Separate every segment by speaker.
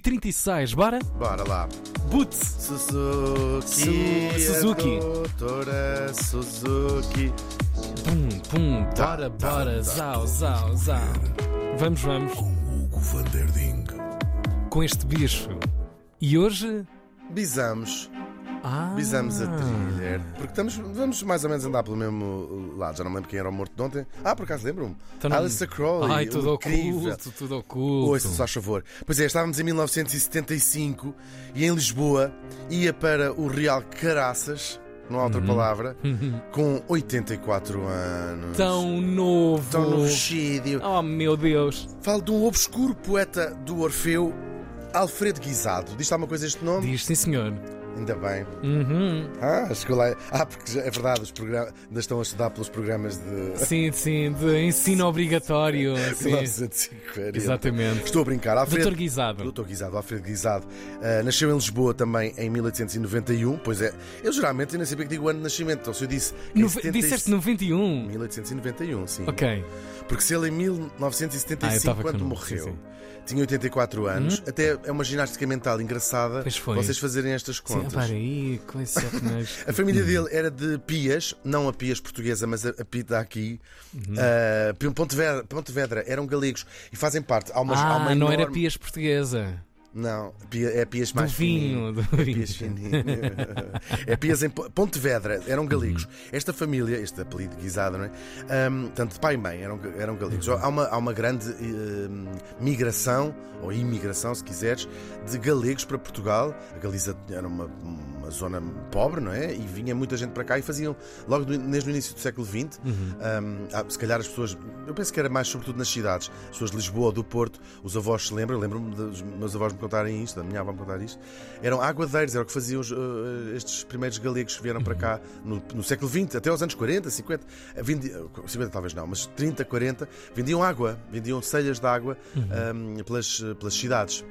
Speaker 1: 8h36, bora?
Speaker 2: Bora lá.
Speaker 1: Boots!
Speaker 2: Suzuki.
Speaker 1: Su- Suzuki.
Speaker 2: A doutora Suzuki.
Speaker 1: Pum, pum,
Speaker 2: Tá,
Speaker 1: bora,
Speaker 2: tá,
Speaker 1: bora,
Speaker 2: tá.
Speaker 1: zau, zau, zau. Vamos, vamos,
Speaker 3: Com Hugo van der Ding.
Speaker 1: com este bicho. E hoje.
Speaker 2: Bisamos.
Speaker 1: Ah,
Speaker 2: Bisamos a trilha. Porque estamos, vamos mais ou menos andar pelo mesmo lado. Já não me lembro quem era o morto de ontem. Ah, por acaso lembro-me.
Speaker 1: Então não-
Speaker 2: Alistair Crowley.
Speaker 1: Ai,
Speaker 2: o
Speaker 1: tudo
Speaker 2: incrível.
Speaker 1: oculto, tudo oculto.
Speaker 2: Ouça, se faz favor. Pois é, estávamos em 1975 e em Lisboa ia para o Real Caraças, não há outra
Speaker 1: Uhum.
Speaker 2: palavra, com 84 anos.
Speaker 1: Tão novo.
Speaker 2: Tão no vestido.
Speaker 1: Oh meu Deus.
Speaker 2: Falo de um obscuro poeta do Orfeu, Alfredo Guisado. Diz-te alguma coisa este nome?
Speaker 1: Diz sim senhor.
Speaker 2: Ainda bem.
Speaker 1: Uhum.
Speaker 2: Ah, chegou lá. Ah, porque já- é verdade, os programas ainda estão a estudar pelos programas de
Speaker 1: Sim, sim, de ensino obrigatório. Sim.
Speaker 2: 1950.
Speaker 1: Exatamente.
Speaker 2: é Estou a brincar. Alfredo,
Speaker 1: Doutor Guisado.
Speaker 2: Doutor Guisado, Alfredo Guisado, ah, nasceu em Lisboa também em 1891. Pois é, eu geralmente eu nem sabia que digo o ano de nascimento, então se eu disse. em
Speaker 1: No,
Speaker 2: 70
Speaker 1: disseste 91.
Speaker 2: 1891, sim.
Speaker 1: Ok.
Speaker 2: Porque se ele em
Speaker 1: Ah, eu
Speaker 2: 1975,
Speaker 1: tava com
Speaker 2: quando
Speaker 1: o número,
Speaker 2: morreu,
Speaker 1: sim, sim. Hum?
Speaker 2: tinha 84 anos, até é uma ginástica mental engraçada
Speaker 1: Pois foi.
Speaker 2: vocês fazerem estas
Speaker 1: Sim, ah, Hum.
Speaker 2: contas.
Speaker 1: para aí, coisa mas-
Speaker 2: A família dele era de Pias, não a Pias portuguesa, mas a, a Pita aqui.
Speaker 1: Uhum.
Speaker 2: Uh, Pontevedra, Pontevedra, eram galegos e fazem parte. Há umas- há
Speaker 1: Ah,
Speaker 2: uma
Speaker 1: não era
Speaker 2: enorme-
Speaker 1: Pias portuguesa.
Speaker 2: Não, Pia- é Pias
Speaker 1: Do
Speaker 2: mais
Speaker 1: vinho, do
Speaker 2: É
Speaker 1: vinho.
Speaker 2: Pias fininho. é Pias em Po- Pontevedra, eram galegos. Esta família, este apelido guisado, não é? Ahm, tanto de pai e mãe, eram, eram galegos. Há uma, há uma grande ehm, migração, ou imigração, se quiseres, de galegos para Portugal. A Galiza era uma, uma zona pobre, não é? E vinha muita gente para cá e faziam, logo do- desde o início do século XX, ahm, ah, se calhar as pessoas, eu penso que era mais sobretudo nas cidades, as pessoas de Lisboa ou do Porto, os avós se lembram, lembro-me dos meus avós me contarem isto, a minha avó me contar isto, eram aguadeiros, era o que faziam os, eh, estes primeiros galegos que vieram para cá no, no século XX, até aos anos 40, 50, eh, vendi- eh, 50 talvez não, mas 30, 40, vendiam água, vendiam selhas de água ahm, pelas, pelas cidades.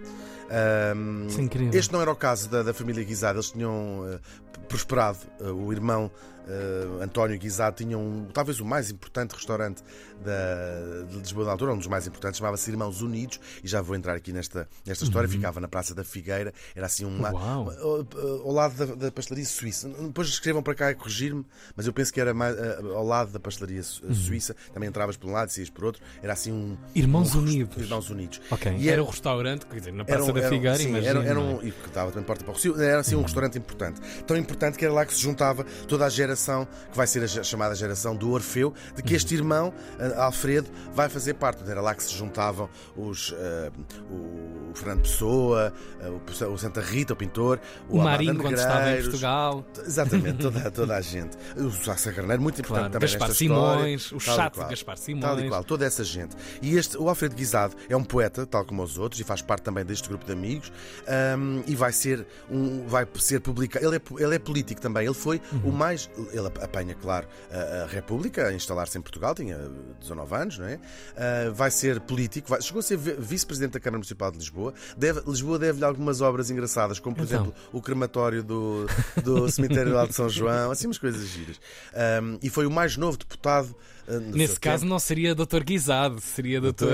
Speaker 2: Ahm,
Speaker 1: Isso é incrível.
Speaker 2: este não era o caso da, da família Guisado, eles tinham eh, prosperado. Eh, o irmão eh, António Guisado tinha um, talvez o mais importante restaurante da, de Lisboa da altura, um dos mais importantes, chamava-se Irmãos Unidos, e já vou entrar aqui nesta, nesta história. Ficava na Praça da Figueira, era assim um.
Speaker 1: Uhum. Uau.
Speaker 2: Ao, ao lado da, da pastelaria suíça. Depois escrevam para cá e corrigir-me, mas eu penso que era mais, eh, ao lado da pastelaria su- eh,
Speaker 1: Uhum.
Speaker 2: suíça. Também entravas por um lado e saías por outro. Era assim um.
Speaker 1: Irmãos
Speaker 2: um-
Speaker 1: Unidos.
Speaker 2: Irmãos Unidos.
Speaker 1: Ok.
Speaker 2: E é-
Speaker 1: era o restaurante, quer dizer, na Praça
Speaker 2: um-
Speaker 1: da
Speaker 2: um-
Speaker 1: Figueira,
Speaker 2: sim,
Speaker 1: imagina.
Speaker 2: era- era
Speaker 1: não é?
Speaker 2: um- e que estava também porta para o Rocio, era assim um restaurante importante. Tão importante que era lá que se juntava toda a geração, que vai ser a ge- chamada geração do Orfeu, de que
Speaker 1: Uhum.
Speaker 2: este irmão, ah, Alfredo, vai fazer parte. Era lá que se juntavam os, ah, o Fernando Pessoa, ah, o Pessoa- o Santa Rita, o pintor, o,
Speaker 1: O
Speaker 2: Amado
Speaker 1: Marinho, quando estava em
Speaker 2: Negreiros,
Speaker 1: Portugal.
Speaker 2: t- Exatamente, toda, toda a gente. O Sá Carneiro, muito
Speaker 1: Claro,
Speaker 2: importante também
Speaker 1: Gaspar
Speaker 2: nesta história.
Speaker 1: Simões, o
Speaker 2: Tal e
Speaker 1: chato de
Speaker 2: qual.
Speaker 1: Gaspar
Speaker 2: Tal
Speaker 1: Simões.
Speaker 2: e qual, toda essa gente. E este, o Alfredo Guisado é um poeta, tal como os outros, e faz parte também deste grupo de amigos, ahm, e vai ser, um, vai ser publicado. Ele é, po- ele é político também, ele foi
Speaker 1: Uhum.
Speaker 2: o mais. Ele apanha, claro, a, a República, a instalar-se em Portugal, tinha 19 anos, não é? Ah, vai ser político, vai- chegou a ser vi- vice-presidente da Câmara Municipal de Lisboa. Deve- Lisboa deve-lhe algumas obras engraçadas, como por
Speaker 1: Então.
Speaker 2: exemplo o crematório do, do cemitério lá de São João, assim umas coisas giras. Ahm, e foi o mais novo deputado. ah, no
Speaker 1: Nesse
Speaker 2: seu
Speaker 1: caso
Speaker 2: tempo.
Speaker 1: não seria Dr. Guisado, seria Dr.
Speaker 2: Doutor-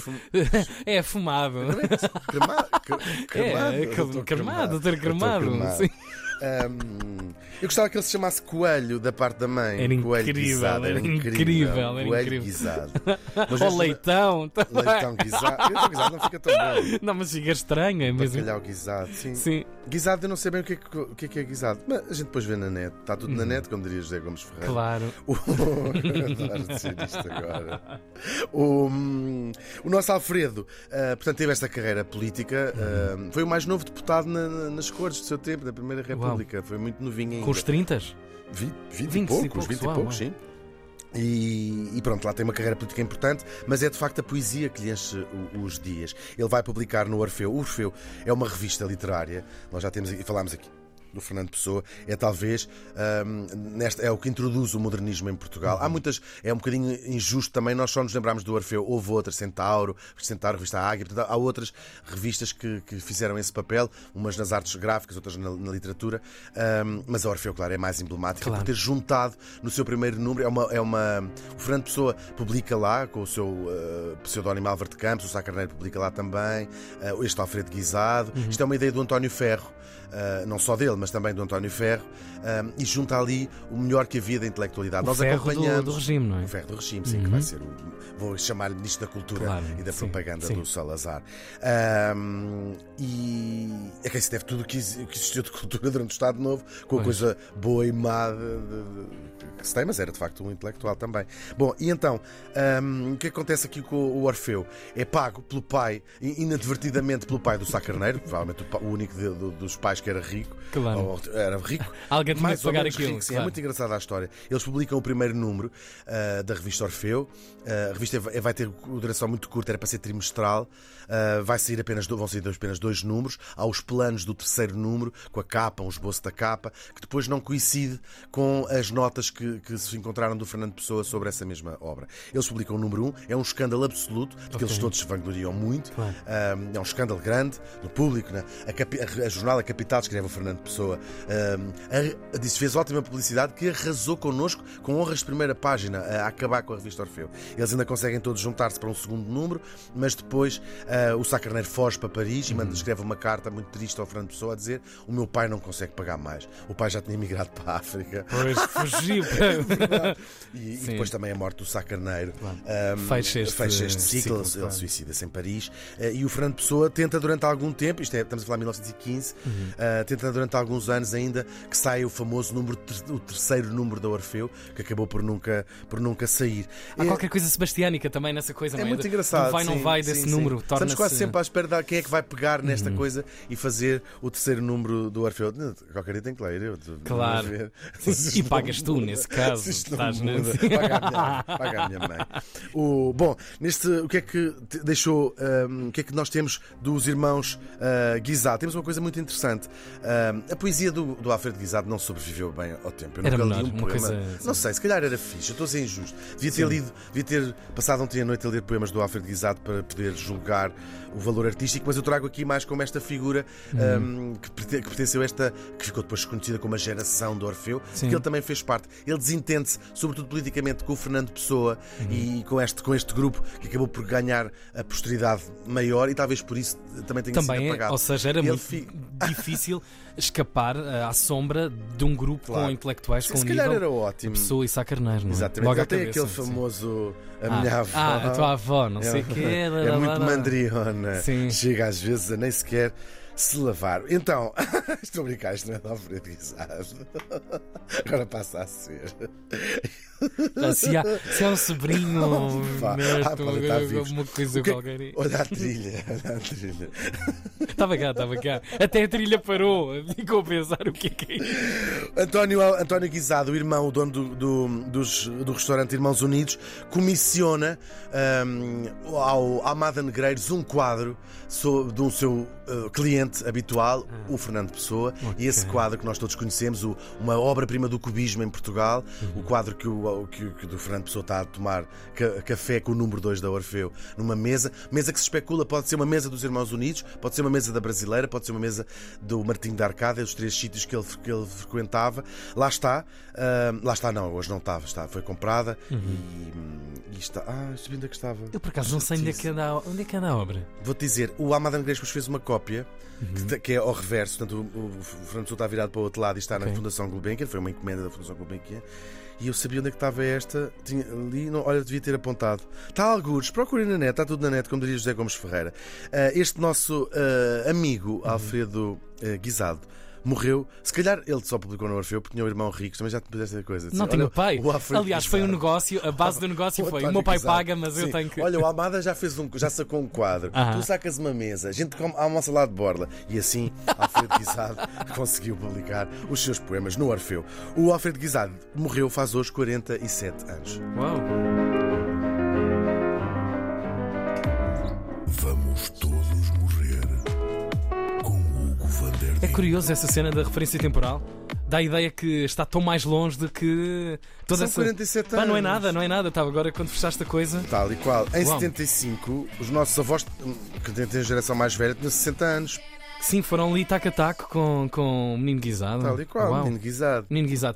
Speaker 2: Fum-
Speaker 1: é fumado.
Speaker 2: Crema- cre- cremado,
Speaker 1: É,
Speaker 2: doutor
Speaker 1: cal- cremado, doutor cremado, sim.
Speaker 2: Ahm, eu gostava que ele se chamasse Coelho da parte da mãe.
Speaker 1: Era
Speaker 2: Coelho
Speaker 1: incrível,
Speaker 2: guisado,
Speaker 1: era
Speaker 2: era
Speaker 1: incrível, era
Speaker 2: Coelho
Speaker 1: incrível.
Speaker 2: guisado.
Speaker 1: Ou leitão. tá-
Speaker 2: é- Leitão guisado. Leitão guisado não fica tão bom.
Speaker 1: Não, mas chega estranho, é mesmo.
Speaker 2: Bacalhau guisado, sim.
Speaker 1: Sim.
Speaker 2: Guisado, eu não sei bem o que, é, que- o que é que é guisado. Mas a gente depois vê na net. Está tudo na
Speaker 1: Uhum.
Speaker 2: net, como diria José Gomes Ferreira.
Speaker 1: Claro.
Speaker 2: O- Adoro dizer isto agora. O, hum, o nosso Alfredo, ah, portanto, teve esta carreira política. ah, foi o mais novo deputado na- na- nas cores do seu tempo, da Primeira República. Foi muito novinho ainda.
Speaker 1: Com os 30?
Speaker 2: Vi- Vinte e
Speaker 1: 20 e
Speaker 2: poucos,
Speaker 1: poucos,
Speaker 2: vinte e
Speaker 1: uau,
Speaker 2: poucos,
Speaker 1: uau.
Speaker 2: sim. E, e pronto, lá tem uma carreira política importante, mas é de facto a poesia que lhe enche o- os dias. Ele vai publicar no Orfeu. O Orfeu é uma revista literária, nós já temos aqui, falámos aqui. do Fernando Pessoa é talvez hum, nesta, é o que introduz o modernismo em
Speaker 1: Uhum.
Speaker 2: Portugal. Há muitas, é um bocadinho injusto também, nós só nos lembramos do Orfeu, houve outras, Centauro, Centauro, Revista Águia, portanto, há outras revistas que, que fizeram esse papel, umas nas artes gráficas, outras na, na literatura, hum, mas a Orfeu, claro, é mais emblemática
Speaker 1: Claro.
Speaker 2: por ter juntado no seu primeiro número, é uma, é uma o Fernando Pessoa publica lá com o seu eh, pseudónimo Álvaro de Campos, o Sá Carneiro publica lá também, eh, este Alfredo Guisado,
Speaker 1: Uhum.
Speaker 2: isto é uma ideia do António Ferro, eh, não só dele, mas também do António Ferro, eh, e junta ali o melhor que havia da intelectualidade.
Speaker 1: O ferro do, do regime, não é?
Speaker 2: O ferro do regime, sim, que vai ser o. Vou chamar-lhe Ministro da Cultura
Speaker 1: Claro,
Speaker 2: e da
Speaker 1: sim,
Speaker 2: Propaganda
Speaker 1: sim.
Speaker 2: do Salazar. Ahm, e é quem se deve tudo o que exi- o que existiu de cultura durante o Estado Novo, com a
Speaker 1: Pois.
Speaker 2: coisa boa e má de- de- de- que se tem, mas era de facto um intelectual também. Bom, e então, ahm, o que acontece aqui com o Orfeu? É pago pelo pai, in- inadvertidamente pelo pai do Sá Carneiro, provavelmente o, pa- o único de- do- dos pais que era rico.
Speaker 1: Claro.
Speaker 2: ou- era rico.
Speaker 1: Alguém tinha
Speaker 2: mais
Speaker 1: que pagar
Speaker 2: ou menos
Speaker 1: aquilo,
Speaker 2: rico, sim, é
Speaker 1: claro.
Speaker 2: muito muito engraçada a história. Eles publicam o primeiro número ah, da revista Orfeu. Ah, a revista vai vai ter uma duração muito curta, era para ser trimestral. Ah, vai sair apenas, do- vão sair dois- apenas dois números. Há os planos do terceiro número, com a capa, um esboço da capa, que depois não coincide com as notas que, que se encontraram do Fernando Pessoa sobre essa mesma obra. Eles publicam o número um, é um escândalo absoluto, porque eles todos se vangloriam muito.
Speaker 1: Claro.
Speaker 2: Um, é um escândalo grande no público. Né? A, capi- a- a jornal A Capital, escreve o Fernando Pessoa, um, a- disse, fez ótima publicidade que arrasou connosco com honras de primeira página a acabar com a revista Orfeu. Eles ainda conseguem todos juntar-se para um segundo número, mas depois uh, o Sá Carneiro foge para Paris e
Speaker 1: Uhum.
Speaker 2: manda, escreve uma carta muito triste ao Fernando Pessoa a dizer: O meu pai não consegue pagar mais. O pai já tinha emigrado para a África.
Speaker 1: Pois, fugiu. para-
Speaker 2: E, e
Speaker 1: Sim.
Speaker 2: depois também a morte do Sá Carneiro. Um,
Speaker 1: Fecha este-
Speaker 2: fecha este
Speaker 1: ciclo,
Speaker 2: ciclo, ele, ele
Speaker 1: claro.
Speaker 2: suicida-se em Paris. Eh, E o Fernando Pessoa tenta durante algum tempo, isto é, estamos a falar de 1915,
Speaker 1: Uhum.
Speaker 2: eh, tenta durante alguns anos ainda que saia o famoso número, ter- o terceiro número da Orfeu, que acabou por nunca, por nunca sair.
Speaker 1: Há
Speaker 2: Eh,
Speaker 1: qualquer coisa sebastiânica também nessa coisa,
Speaker 2: é
Speaker 1: não
Speaker 2: muito
Speaker 1: Do- do
Speaker 2: engraçado.
Speaker 1: vai, não
Speaker 2: sim,
Speaker 1: vai
Speaker 2: sim,
Speaker 1: desse
Speaker 2: sim.
Speaker 1: número.
Speaker 2: Estamos quase
Speaker 1: torna-se- Uhum.
Speaker 2: sempre à espera de quem é que vai pegar nesta coisa e fazer o terceiro número do Orfeu. Não, Qualquer dia tem que ler. Eu, de-
Speaker 1: Claro.
Speaker 2: de ver.
Speaker 1: Sim,
Speaker 2: Se
Speaker 1: e
Speaker 2: isto não
Speaker 1: pagas tu,
Speaker 2: muda,
Speaker 1: nesse caso.
Speaker 2: se isto não
Speaker 1: Estás na-
Speaker 2: muda, Paga a minha, paga a minha mãe. O, bom, neste, o que é que te deixou, hum, o que é que nós temos dos irmãos ah, Guisado? Temos uma coisa muito interessante. Hum, a poesia do, do Alfredo Guisado não sobreviveu bem ao tempo. Eu
Speaker 1: Era
Speaker 2: nunca li
Speaker 1: melhor,
Speaker 2: um
Speaker 1: uma
Speaker 2: poema.
Speaker 1: coisa-
Speaker 2: Não sei, se calhar era fixe, eu estou a ser injusto. Devia ter lido, devia ter passado ontem à noite a ler poemas do Alfredo Guisado para poder julgar o valor artístico, mas eu trago aqui mais como esta figura
Speaker 1: Uhum.
Speaker 2: hum, que, perte- que pertenceu a esta, que ficou depois conhecida como a geração do Orfeu,
Speaker 1: Sim.
Speaker 2: que ele também fez parte. Ele desentende-se, sobretudo politicamente, com o Fernando Pessoa
Speaker 1: Uhum.
Speaker 2: e com este, com este grupo que acabou por ganhar a posteridade maior e talvez por isso também tenha sido
Speaker 1: Também, é,
Speaker 2: apagado.
Speaker 1: ou seja, era
Speaker 2: Ele
Speaker 1: muito
Speaker 2: fi-
Speaker 1: difícil escapar eh, à sombra de um grupo com
Speaker 2: Claro.
Speaker 1: intelectuais
Speaker 2: Sim,
Speaker 1: com
Speaker 2: se
Speaker 1: um
Speaker 2: calhar
Speaker 1: nível
Speaker 2: era ótimo.
Speaker 1: Pessoa e Sá Carneiro, não é?
Speaker 2: Exatamente.
Speaker 1: Logo
Speaker 2: Ele
Speaker 1: à
Speaker 2: tem
Speaker 1: cabeça,
Speaker 2: aquele
Speaker 1: sim.
Speaker 2: famoso A
Speaker 1: Ah,
Speaker 2: Minha Avó.
Speaker 1: Ah, a tua avó, não sei o quê.
Speaker 2: É muito mandriona.
Speaker 1: Sim.
Speaker 2: Chega às vezes a nem sequer se lavar. Então, estou a brincar, isto não é de Alfredo Guisado. Agora passa a ser.
Speaker 1: Ah, Se há, se há um sobrinho,
Speaker 2: Vá,
Speaker 1: neto,
Speaker 2: ah, podem estar vivos.
Speaker 1: alguma coisa
Speaker 2: O que é-
Speaker 1: qualquer.
Speaker 2: Olha a trilha, olha a trilha.
Speaker 1: Estava cá, estava cá. Até a trilha parou. Ficou a pensar o que é que é isto.
Speaker 2: António, António Guisado, o irmão, o dono do, do- dos- do restaurante Irmãos Unidos, comissiona hum, ao Amada Negreiros um quadro so- de um seu uh, cliente habitual, o Fernando Pessoa, e esse quadro que nós todos conhecemos, o- uma obra-prima do cubismo em Portugal, o quadro que o, que, o- que o do Fernando Pessoa está a tomar ca- café com o número 2 da Orfeu numa mesa, mesa que se especula, pode ser uma mesa dos Irmãos Unidos, pode ser uma mesa da Brasileira, pode ser uma mesa do Martinho da Arcada, os três sítios que ele, que ele frequentava. Lá está, ahm, lá está, não, hoje não estava, está, foi comprada e, hum, e está. Ah, sabia onde é que estava.
Speaker 1: Uhum. Eu por acaso não sei onde é que anda a, onde é que anda a obra.
Speaker 2: Vou-te dizer, o Amadan Grespos fez uma cópia que
Speaker 1: Uhum.
Speaker 2: te- que, é ao reverso, portanto o, o Fernando Pessoa está virado para o outro lado e está na
Speaker 1: Ok.
Speaker 2: Fundação Gulbenkian, foi uma encomenda da Fundação Gulbenkian. E eu sabia onde é que estava esta, tinha ali, não, olha, devia ter apontado. Está algures, procurem na net, está tudo na net, como diria José Gomes Ferreira. Ah, este nosso ah, amigo,
Speaker 1: Uhum.
Speaker 2: Alfredo ah, Guisado, morreu. Se calhar ele só publicou no Orfeu porque tinha um irmão rico, também já te pudesse essa coisa.
Speaker 1: Não
Speaker 2: Dizer,
Speaker 1: tenho
Speaker 2: olha,
Speaker 1: pai.
Speaker 2: o Alfredo
Speaker 1: Aliás, foi um
Speaker 2: Guisado.
Speaker 1: negócio, a base do negócio foi: o meu pai
Speaker 2: António
Speaker 1: paga, mas eu
Speaker 2: tá Sim.
Speaker 1: tenho que.
Speaker 2: Olha, o Almada já fez um, já sacou um quadro.
Speaker 1: Aham.
Speaker 2: Tu sacas uma mesa, a gente come, almoça lá de borla. E assim, Alfredo Guisado conseguiu publicar os seus poemas no Orfeu. O Alfredo Guisado morreu faz hoje 47 anos.
Speaker 1: Uau.
Speaker 3: Vamos todos morrer com Hugo van der
Speaker 1: É curioso essa cena da referência temporal. Dá a ideia que está tão mais longe de que toda
Speaker 2: São
Speaker 1: essa.
Speaker 2: 47
Speaker 1: Pá, não é
Speaker 2: anos.
Speaker 1: nada, não é nada. Tá, agora quando fechaste a coisa.
Speaker 2: Tal e qual. Em
Speaker 1: Uau.
Speaker 2: 75, os nossos avós, hum, que têm a geração mais velha, tinham 60 anos.
Speaker 1: Sim, foram ali tac a taco com, com o menino guisado.
Speaker 2: Tal e qual,
Speaker 1: Uau.
Speaker 2: menino guisado.
Speaker 1: Menino guisado.